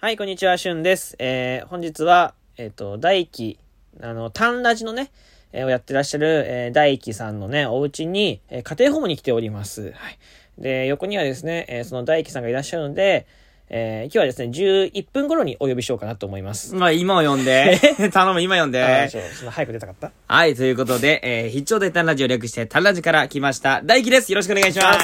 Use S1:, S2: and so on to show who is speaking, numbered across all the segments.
S1: はい、こんにちは、しゅんです。えー、本日は、えっ、と、大輝、あの、タンラジのね、えーをやってらっしゃる、えー大輝さんのね、お家に、えー家庭訪問に来ております。はい。で、横にはですね、えーその大輝さんがいらっしゃるので、えー今日はですね、11分頃にお呼びしようかなと思います。
S2: まあ、今を読んで。 頼む、今読ん
S1: あー
S2: で。
S1: そうその早く出たかった
S2: はい、ということで、えー、必聴でタンラジオ略して、タンラジから来ました、大輝です。よろしくお願いします。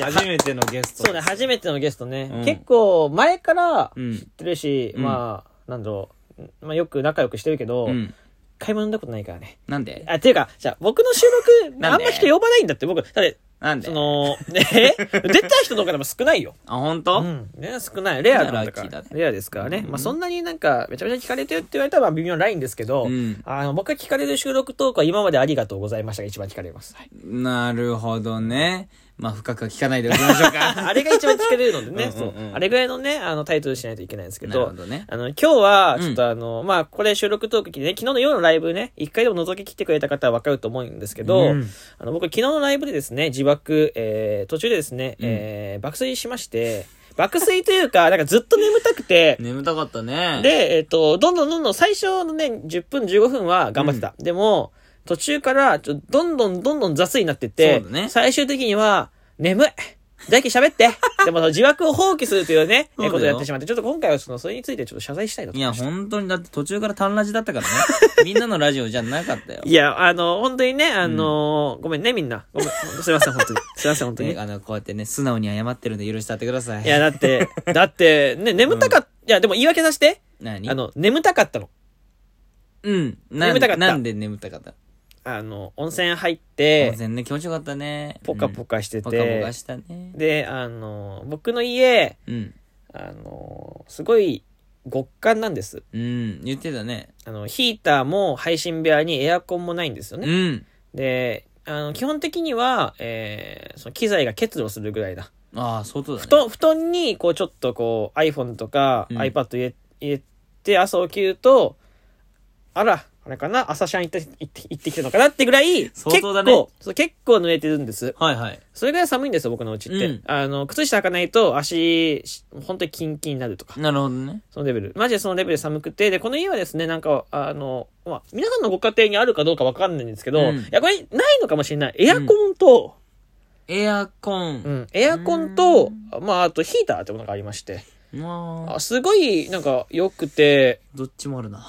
S2: 初めてのゲスト。
S1: そうね、初めてのゲストね。
S2: うん
S1: 結構、前から
S2: う
S1: 知っ
S2: ん。
S1: てるし、
S2: うん
S1: まあ、なんだろう、まあ、よく仲良くしてるけど、
S2: うん。
S1: 買い物飲んだことないからね。
S2: なんで
S1: あ、っていうか、じゃあ僕の収録、
S2: な
S1: あ
S2: ん
S1: ん
S2: で
S1: ま人呼ばないんだって、僕。だって、
S2: なんで
S1: その、ね、 出た人とかでも少ないよ。
S2: あ、本
S1: う
S2: 当？
S1: ん。ね、少ない。レアなんだか
S2: ラ
S1: ら
S2: ッキーだね
S1: レアですからね。
S2: うん
S1: まあそんなになんか、めちゃめちゃ聞かれてるって言われたらまあ微妙なラインですけど、
S2: うん
S1: あの、僕が聞かれる収録トークは今までありがとうございましたが一番聞かれます。 はい
S2: なるほどね。まあ、深くは聞かないでおきましょ うか。
S1: あれが一番聞かれるのでね、
S2: うんうんうん
S1: そうあれぐらいのね、あの、タイトルしないといけないんですけ
S2: なる
S1: ど、
S2: ほどね。
S1: あの、今日は、ちょっとあの、まあ、これ収録トーク聞いてね、昨日の夜のライブね、一回でも覗き来てくれた方はわかると思うんですけど、
S2: うん
S1: あの、僕昨日のライブでですね、自爆、えー、途中でですね、えー、爆睡しまして、爆睡というか、なんかずっと眠たくて、
S2: 眠たかったね。、
S1: で、えっ、と、どんどんどんどん最初のね、10分15分は頑張ってた。でも、途中から、ちょどんどんどんどん雑になってって、
S2: そうだね
S1: 最終的には、眠い大輝喋ってでもその自爆を放棄するというね、え
S2: そうだよ
S1: ことをやってしまって、ちょっと今回はその、それについてちょっと謝罪したいなと思い
S2: いや、
S1: ました。
S2: 本当に、だって途中からタンラジ だったからね。みんなのラジオじゃなかったよ。
S1: いや、あの、本当にね、あの、ごめんね、みんな。ごめん。すいません、本当に。すいません、本当に
S2: ね、。あの、こうやってね、素直に謝ってるんで許してあってください。
S1: いや、だって、だって、ね、眠たかった、いや、でも言い訳させて。
S2: 何
S1: あの、眠たかったの。
S2: うん。なん
S1: 眠たかった
S2: なんで眠たかった
S1: あの、温泉入っ
S2: 温
S1: て、
S2: 泉ね、気持ちよかったね。
S1: ポカポ
S2: カ
S1: カして
S2: ポカポ
S1: て
S2: カ、したね。
S1: で、あの、僕の家、
S2: うん。
S1: あの、すごい極寒なんです。
S2: うん。言ってたね。
S1: あの、ヒーターも配信部屋にエアコンもないんですよ
S2: う
S1: ね。
S2: ん。
S1: で、あの、基本的には、えーその機材が結露するぐらいだ。
S2: ああ、相当だ
S1: 布
S2: ね。
S1: 団布団にこうちょっとこう iPhone とか
S2: うん
S1: iPad 入れ,、入れて朝起きるとあらあれかな朝シャン行って行って行ってきたのかなってぐらい
S2: 相当だね
S1: 結構そう結構濡れてるんです
S2: はいはい。
S1: それぐらい寒いんですよ僕の家って、
S2: うん
S1: あの靴下履かないと足し本当にキンキンになるとか
S2: なるほどね。
S1: そのレベルマジでそのレベルで寒くてでこの家はですねなんかあの、まあ、皆さんのご家庭にあるかどうかわかんないんですけど、
S2: うん
S1: いやこれないのかもしれないエアコンと、
S2: エアコ
S1: うん
S2: ン。
S1: エアコンと、まああとヒーターってものがありまして
S2: まあ
S1: あ、すごい、なんか、良くて、
S2: どっちもあるな。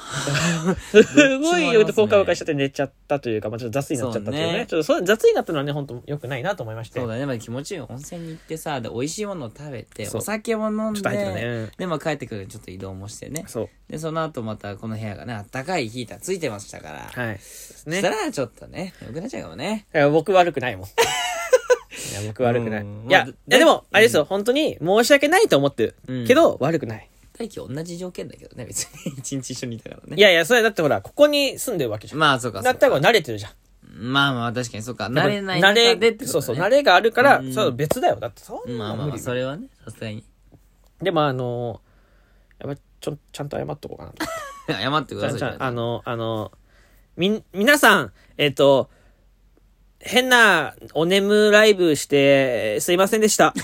S1: すごい良くて、ポ
S2: どっちもありますね
S1: カポカしちゃって寝ちゃったというか、まあちょっと雑になっちゃったっていうね。
S2: そうね
S1: ちょっとそれ雑になったのはね、本当良くないなと思いまして。
S2: そうだね。まあ気持ちいいよ。温泉に行ってさ、で、美味しいものを食べて、
S1: そう
S2: お酒も飲ん
S1: ちょ
S2: で。
S1: っと入ってるね。うん
S2: で、まあ帰ってくるちょっと移動もしてね。
S1: そう。
S2: で、その後またこの部屋がね、あったかいヒーターついてましたから。
S1: はい。です
S2: そし
S1: ね。
S2: たらちょっとね、良くなっちゃうかもね。
S1: いや僕悪く ないもん。いや僕悪くない。
S2: うんまあ
S1: いや、い
S2: だ
S1: やでも、あれですよ、本当に申し訳ないと思ってる。
S2: うん
S1: けど、悪くない。
S2: 大輝同じ条件だけどね、別に。 一日一緒にいたからね。
S1: いやいや、それだってほら、ここに住んでるわけじゃん。
S2: まあ、そうか。
S1: だったら慣れてるじゃん。
S2: まあまあ、確かにそうか。慣れない
S1: 慣
S2: 中
S1: れ
S2: でってこと、ね、
S1: そうそう、慣れがあるから、
S2: うん
S1: そう別だよ。だって、そん
S2: ま
S1: なの
S2: あまあ
S1: 無
S2: ま
S1: 理
S2: あ、それはね、さすがに。
S1: でもあのーやっぱちょんちゃんと謝っとこうかなと。
S2: 謝って
S1: ち
S2: くだ
S1: ゃ
S2: さ
S1: ん
S2: い。
S1: ちゃんあの、あの、みん、皆さん、えっ、と、変なお眠ライブして、えーすいませんで した。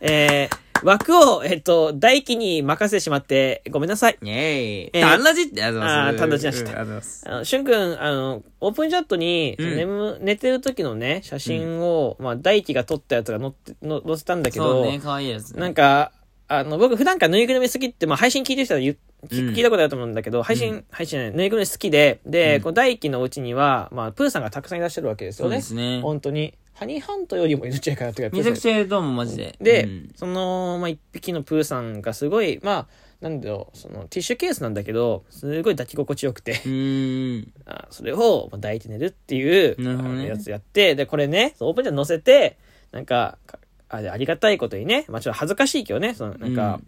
S1: えー枠を、えっ、と、大輝に任せてしまって、ごめんなさい。
S2: イェーイ。
S1: えー
S2: タンラジって、ありがとうございます
S1: あータンラジなし
S2: うん
S1: だ
S2: ありがとうございます。
S1: あの、しゅんくん、あの、オープンチャットに、
S2: うん
S1: 眠、寝てる時のね、写真を、まあ、大輝が撮ったやつが載って、の載せたんだけ
S2: そう
S1: ど、
S2: ね、可愛いやつね。
S1: なんか、あの、僕普段からぬいぐるみ好きって、まあ配信聞いてる人は言う聞
S2: うん
S1: 聞いたことあると思うんだけど、配信、配信じゃない、ぬいぐるみ好きで、で、こう大輝のお家には、まあ、プーさんがたくさんいらっしゃるわけです
S2: そ
S1: よ
S2: うで
S1: ね。
S2: すね。
S1: 本当に。ハニーハントよりもいるんじゃないかなってぐら
S2: め
S1: い
S2: ち
S1: プ
S2: ゃ
S1: ー
S2: く
S1: さん
S2: ちゃいると思う、マジで。
S1: で、
S2: うん
S1: その、まあ、一匹のプーさんがすごい、まあ、なんだろう、その、ティッシュケースなんだけど、すごい抱き心地よくて、
S2: うーん。
S1: あそれをまあ抱いて寝るっていう、
S2: なるほどね
S1: あのやつやって、で、これね、そうオープンじゃ載せて、なんか、かあでありがたいことにね、まあちょっと恥ずかしいけどね、そのなんか、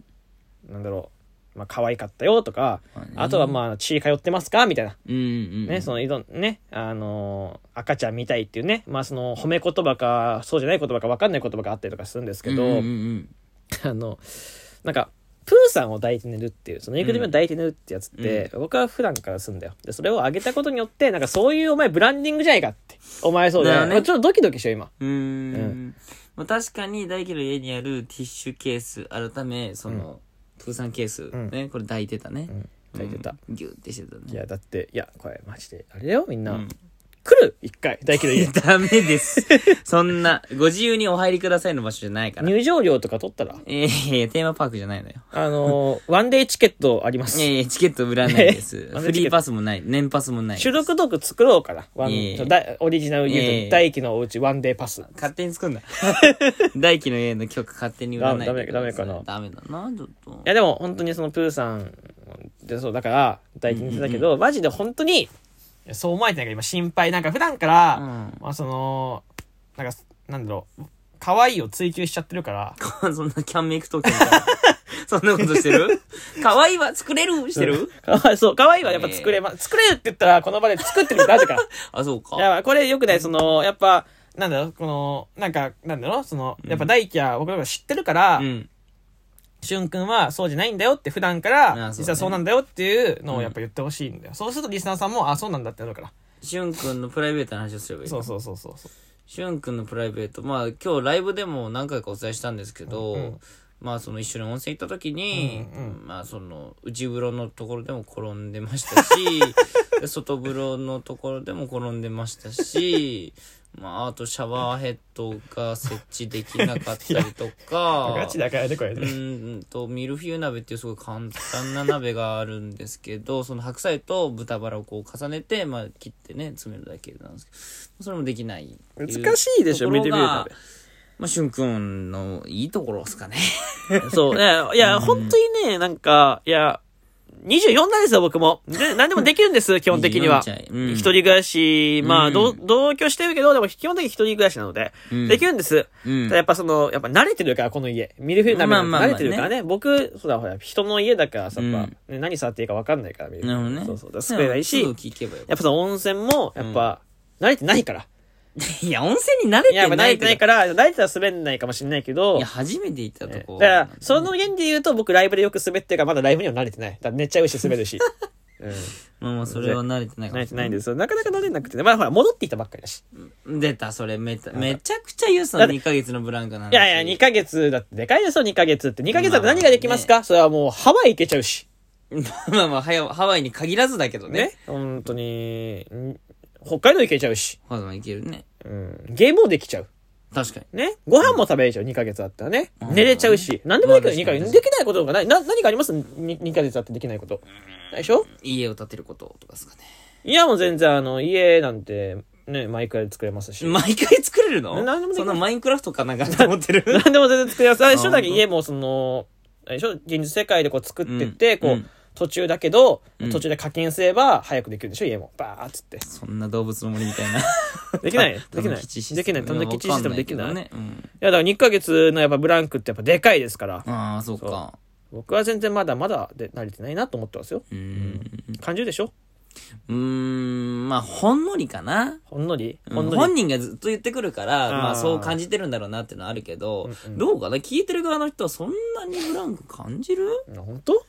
S1: なんだろう、まあ可愛かったよとか、あとはまあ血通ってますかみたいな。
S2: うん、うんうん。
S1: ね、そのいろんね、あのー赤ちゃんみたいっていうね、まあその褒め言葉か、そうじゃない言葉か分かんない言葉があったりとかするんですけど、
S2: うんうんうん
S1: あの、なんか、プーさんを抱いて寝るっていう、そのぬいぐるみを抱いて寝るってやつって、僕は普段からするんだよ。で、それをあげたことによって、なんかそういうお前ブランディングじゃないかって。お前そう
S2: だ
S1: だ
S2: よ
S1: よ
S2: ね
S1: ね。ちょっとドキドキしよう、今。
S2: うー。
S1: うん
S2: まあ確かに、大輝の家にあるティッシュケース、改め、その、プーさんケース、
S1: ん
S2: ねこれ抱いてたね、
S1: 抱いてた
S2: うんギュってしてたね
S1: いや、だって、いや、これマジで、あれだよ、みんな。
S2: うん。
S1: 来る一回、大輝の家
S2: ダ メです。そんな、ご自由にお入りくださいの場所じゃないから。
S1: 入場料とか取ったら、
S2: えー、テーマパークじゃないのよ。
S1: あ のー、ワンデイチケットあります。
S2: えー、チケット売らないで
S1: え
S2: す。
S1: ー
S2: フリーパスもない。年パスもない。
S1: 収録トーク作ろうから、ワン
S2: いえいえ
S1: だオリジナルギ
S2: いえい
S1: フ
S2: え
S1: ト、大輝のおうちワンデイパス。
S2: 勝手に作んな。 大輝の家の許可勝手に売らないでくださ
S1: ダメダメ
S2: い
S1: かな
S2: ダメだな、ちょっと
S1: い。やでも本当にそのプーさんでそうだから大金だけど、マジで本当にいやそう思われてないから今心配なんか普段から、
S2: うん
S1: まあそのなんかなんだろう可愛いを追求しちゃってるから
S2: こそん なキャンメイクトークみたいな そんなことし てる可愛いは作れるしてる
S1: 可愛い そう可愛いはやっぱ作れま、作れるって言ったらこの場で作ってるってな ぜか
S2: あ、そうか
S1: い。やこれよくないそのやっぱなんだろうこのなんかなんだろうそのやっぱ大輝は僕のこと知ってるから、
S2: うん。
S1: しゅんくんはそうじゃないんだよって普段から
S2: あそうね
S1: 実はそうなんだよっていうのをやっぱ言ってほしいんだよ、そうするとリスナーさんもあそうなんだってなるから
S2: しゅんくんのプライベートの話をすればいい。
S1: そうそうそうそうそう
S2: しゅんくんのプライベート、まあ今日ライブでも何回かお伝えしたんですけど、
S1: うん
S2: まあその一緒に温泉行った時に、
S1: うん
S2: まあその内風呂のところでも転んでま したし、外風呂のところでも転んでましたし、まああとシャワーヘッドが設置できなかったりとか、
S1: ガチだからねこれ
S2: う
S1: ね、
S2: ーんとミルフィーユ鍋っていうすごい簡単な鍋があるんですけどその白菜と豚バラをこう重ねて、まあ、切ってね詰めるだけなんですけどそれもできないっていう
S1: 難しいでしょ
S2: ところが
S1: ミルフィーユ鍋
S2: まあ、しゅんくんのいいところですかね
S1: そう。いや、いや、本当にね、なんか、いや、24なんですよ、僕も。で、何でもできるん です、基本的には。
S2: 24歳うん
S1: 一人暮らし、ま
S2: う
S1: あ、
S2: ん
S1: 同同居してるけど、でも基本的に一人暮らしなので、
S2: うん
S1: できるんです。
S2: うん
S1: ただやっぱその、やっぱ慣れてるから、この家。ミルフィーユ鍋なんて
S2: まあま
S1: 慣
S2: あまあ
S1: れてるからね。僕、そうだ、ほら、人の家だからさ、やっぱ、
S2: う
S1: ね何触っていいか分かんないから、ミルフィー
S2: な
S1: ユ
S2: るほどね
S1: そうそう。だから作れないし、
S2: すぐ
S1: や
S2: 聞けばよか
S1: っぱその温泉も、やっぱ、慣れてないから。
S2: ったいや温泉に慣れ
S1: いや、や
S2: て
S1: っぱ
S2: な
S1: 慣れ
S2: い
S1: てないから、慣れてたら滑んないかもしれないけど、
S2: いや初めて行ったと
S1: だ
S2: こ
S1: から、その原理で言うと、僕ライブでよく滑ってるから、まだライブには慣れてない。だから寝ちゃうし滑 るし。うん、
S2: まあまあそれは慣れてないか
S1: 慣
S2: も
S1: れ
S2: してれ
S1: ないん
S2: で
S1: ですよ。なかなか慣れなくてね。まあほら、戻ってきたばっかりだし。
S2: 出たそれめためちゃくちゃユースの2ヶ月のブランクなん
S1: いやいや、2ヶ月だってでかいですよ、2ヶ月って。2ヶ月だって何ができますか、それはもう、ハワイ行けちゃうし。
S2: まあまあ、はやハワイに限らずだけどね
S1: ね。。本当に、ん北海道行けちゃうし。
S2: ハワイも行けるね。
S1: うん。ゲームもできちゃう。
S2: 確かに。
S1: ね。ご飯も食べれちゃう、2ヶ月あったらね。
S2: うん
S1: 寝れちゃうし。何でもできる、2
S2: ま
S1: ヶ
S2: あ確かに
S1: 月。できないことがない。な、何かあります ?2 ヶ月あってできないこと。ないでしょ
S2: 家を建てることとかですかね。
S1: いや、もう全然、あの、家なんて、ね、毎回作れますし。
S2: 毎回作れるの
S1: 何でもできる。
S2: そんなマインクラフトかなんかと思ってる
S1: 何でも全然作れます。最初だけ
S2: あ
S1: 家も、その、あれでしょ現実世界でこう作ってって、
S2: うん
S1: こう、
S2: うん
S1: 途中だけど、
S2: うん
S1: 途中で課金すれば早くできるでしょ家も。バーっつって。
S2: そんな動物の森みたいな。
S1: で きない
S2: タ
S1: で
S2: ヌ
S1: きない
S2: キチシス
S1: で
S2: テ
S1: きない。
S2: ム
S1: たんキチシステムできない。い
S2: わかん
S1: や、
S2: けどね。
S1: だから2ヶ月のやっぱブランクってやっぱでかいですから
S2: う。ん。ああ、そうか。
S1: 僕は全然まだまだで慣れてないなと思ってますよ。
S2: うーん。
S1: 感じるでしょ
S2: うーん、まあ、ほんのりかな。
S1: ほんのり
S2: うん
S1: ほんのり。
S2: 本人がずっと言ってくるから、ま
S1: あ
S2: あ
S1: ー
S2: そう感じてるんだろうなっていうのはあるけど、
S1: うんうん
S2: どうかな聞いてる側の人はそんなにブランク感じる
S1: あ本当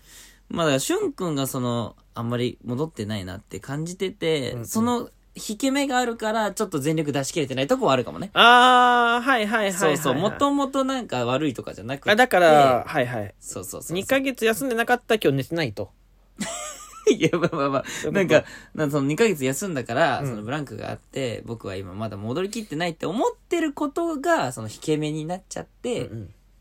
S2: まあだから、しゅんくんがその、あんまり戻ってないなって感じてて、
S1: うんうん
S2: その、引け目があるから、ちょっと全力出し切れてないとこはあるかもね。
S1: あー、はいはいはいはい、はい。
S2: そうそう、もともとなんか悪いとかじゃなくて。
S1: あだから、、はいはい。
S2: そうそうそう。
S1: 2ヶ月休んでなかった今日寝てないと。
S2: いや、まあまあま
S1: ういうこと
S2: あ、なんか、なんかその2ヶ月休んだから、
S1: うん
S2: そのブランクがあって、僕は今まだ戻りきってないって思ってることが、その引け目になっちゃって、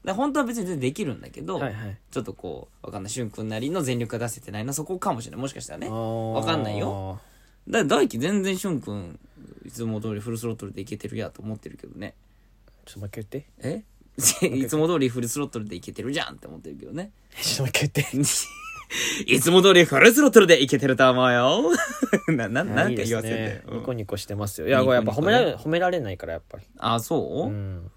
S2: だから本当は別に全然できるんだけど、
S1: はいはい。
S2: ちょっとこう、わかんない、しゅんくんなりの全力が出せてないな、そこかもしれない。もしかしたらね。
S1: わ
S2: かんないよ。だ大輝全然しゅんくんいつも通りフルスロットルでいけてるやと思ってるけどね
S1: ちょっともう一回言って。
S2: えいつも通りフルスロットルでいけてるじゃんって思ってるけどね
S1: ちょっともう一回言って。
S2: いつも通りフルスロットルでいけてると思うよ なななん
S1: いい
S2: て
S1: で
S2: 言わ
S1: す
S2: せて
S1: ね。ニコニコしてますよ。い
S2: ニ
S1: や、
S2: コニ
S1: こ
S2: コ
S1: れやっぱ褒められ、褒められないから、やっぱり。
S2: あそう
S1: う、ん。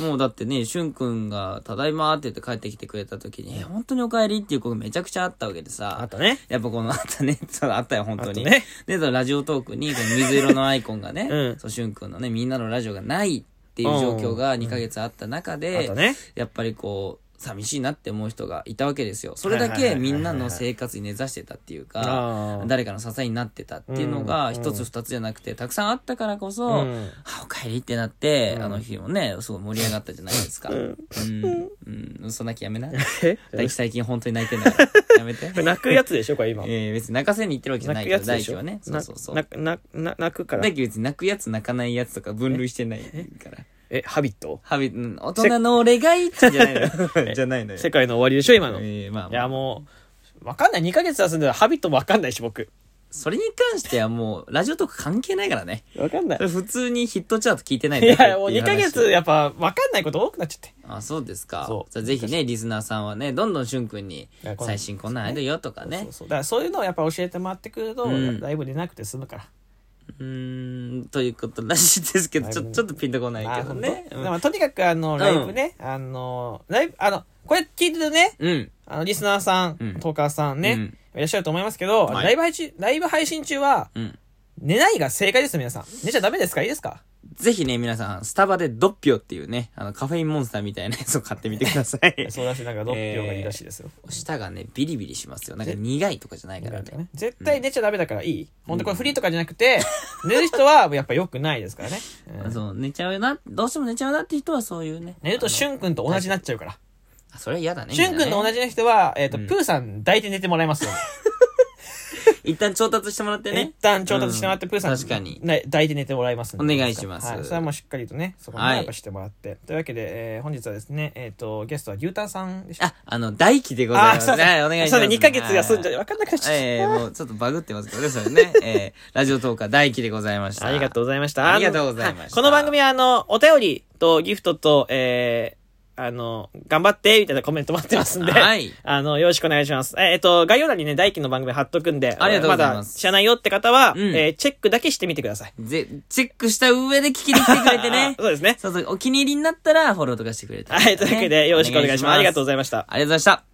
S2: もうだってねしゅんくんが「ただいま」って言って帰ってきてくれた時に「え本当にお帰り?」っていうことめちゃくちゃあったわけでさ
S1: あとね。
S2: やっぱこのあったね、そうあったよ、本当に。
S1: あとね
S2: で、そのラジオトークに、この水色のアイコンがね、
S1: うん
S2: そう、しゅんくんのね、みんなのラジオがないっていう状況が2ヶ月あった中
S1: あ
S2: で、
S1: とね。
S2: やっぱりこう、寂しいなって思う人がいたわけですよそれだ
S1: はいはいはい
S2: け
S1: はい
S2: みんなの生活に根ざしてたっていうか
S1: あー
S2: 誰かの支えになってたっていうのが
S1: うん
S2: 一つ二つじゃなくてたくさんあったからこそ、
S1: うん
S2: あおかえりってなって、
S1: うん
S2: あの日もねすごい盛り上がったじゃないですかうん、うんそんな気 やめな
S1: え
S2: 大輝最近本当に泣いてない やめて
S1: 泣くやつでしょこれ今。
S2: えー、別に泣かせに行ってるわけじゃな
S1: 泣
S2: い
S1: く
S2: か
S1: や
S2: ら
S1: つで
S2: 大
S1: し
S2: 輝
S1: ょ
S2: はねそうそうそう
S1: ななな泣くから
S2: 大。輝別に泣くやつ泣かないやつとか分類してないから
S1: え、ハビット
S2: はびうん大人の俺がいいってじゃない のじゃないのよ
S1: 世界の終わりでしょ今の。い
S2: えーまあまあ
S1: やもう、わかんない。2ヶ月休んでハビットもわかんないし僕。
S2: それに関してはもうラジオとか関係ないからね
S1: わかんない。
S2: 普通にヒットチャート聞いてない
S1: い
S2: だけって
S1: や、もう
S2: い
S1: 2ヶ
S2: 話
S1: 月やっぱわかんないこと多くなっちゃって。
S2: あそうですか
S1: そう
S2: じゃあぜひねリスナーさんはねどんどんしゅんくんに
S1: いやこん
S2: 最新こんなんあるよとかね
S1: そうそうだからそういうのをやっぱ教えてもらってくると、
S2: うん
S1: ライブでなくて済むから。
S2: うーんということらしいですけどちょちょっとピンとこないけどね
S1: あほんとでもとにかくあの、ライブね、あの、ライブ、あの、これ聞いてるね、
S2: うん
S1: あの、リスナーさん、
S2: うん
S1: トーカーさんね、
S2: うん
S1: いらっしゃると思いますけど、
S2: はい
S1: ライブ配信、ライブ配信中は、
S2: うん
S1: 寝ないが正解です、皆さん。寝ちゃダメですかいいですか
S2: ぜひね皆さんスタバでドッピョっていうねあのカフェインモンスターみたいなやつを買ってみてください
S1: そうらしい、なんか、ドッキョがいいらしいですよ。
S2: 舌がねビリビリしますよなんか苦いとかじゃないからね
S1: 絶対寝ちゃダメだからいい、ほんとこれフリーとかじゃなくて、寝る人はやっぱ良くないですからね。うん
S2: そう寝ちゃうなどうしても寝ちゃうなって人はそういうね
S1: 寝るとし
S2: ゅ
S1: ゅんくんと同じになっちゃうから。
S2: それは嫌だね
S1: しゅんくんと同じな人は、えっ、と、プーさん抱いて寝てもらい ますよ。
S2: 一旦調達してもらって
S1: 一
S2: ね
S1: 旦調達してもらって、
S2: うん
S1: プーさん
S2: 確かに
S1: ね抱いて寝てもらいますんで
S2: お願いします
S1: はい、それはもうしっかりとねそこも
S2: はい
S1: やっぱしてもらって、というわけで、えー本日はですねえっ、とゲストは牛タンさんでした
S2: ああの大輝でございま
S1: ー
S2: すはいお願いします
S1: そうだ2ヶ月休んじゃ
S2: はい
S1: 分かんなくなっちゃった、
S2: ええもうちょっとバグってますけどねそれねえーラジオトーカー大輝でございました
S1: ありがとうございました。の
S2: ありがとうございました
S1: はこの番組は、あの、お便りとギフトと、えー、あの、頑張って、みたいなコメント待ってますんで。
S2: はい
S1: あの、よろしくお願いします。えーえっと、概要欄にね、大輝の番組貼っとくんで。
S2: ありがとうございます
S1: まだ知らないよって方は、
S2: うん
S1: えーチェックだけしてみてください。
S2: ぜチェックした上で聞きに来てくれてね
S1: あ そうですね。
S2: そうそうお気に入りになったらフォローとかしてくれて、
S1: はい、というわけで、よろしくお願いします。ありがとうご
S2: う
S1: ざいました。
S2: ありがとうございました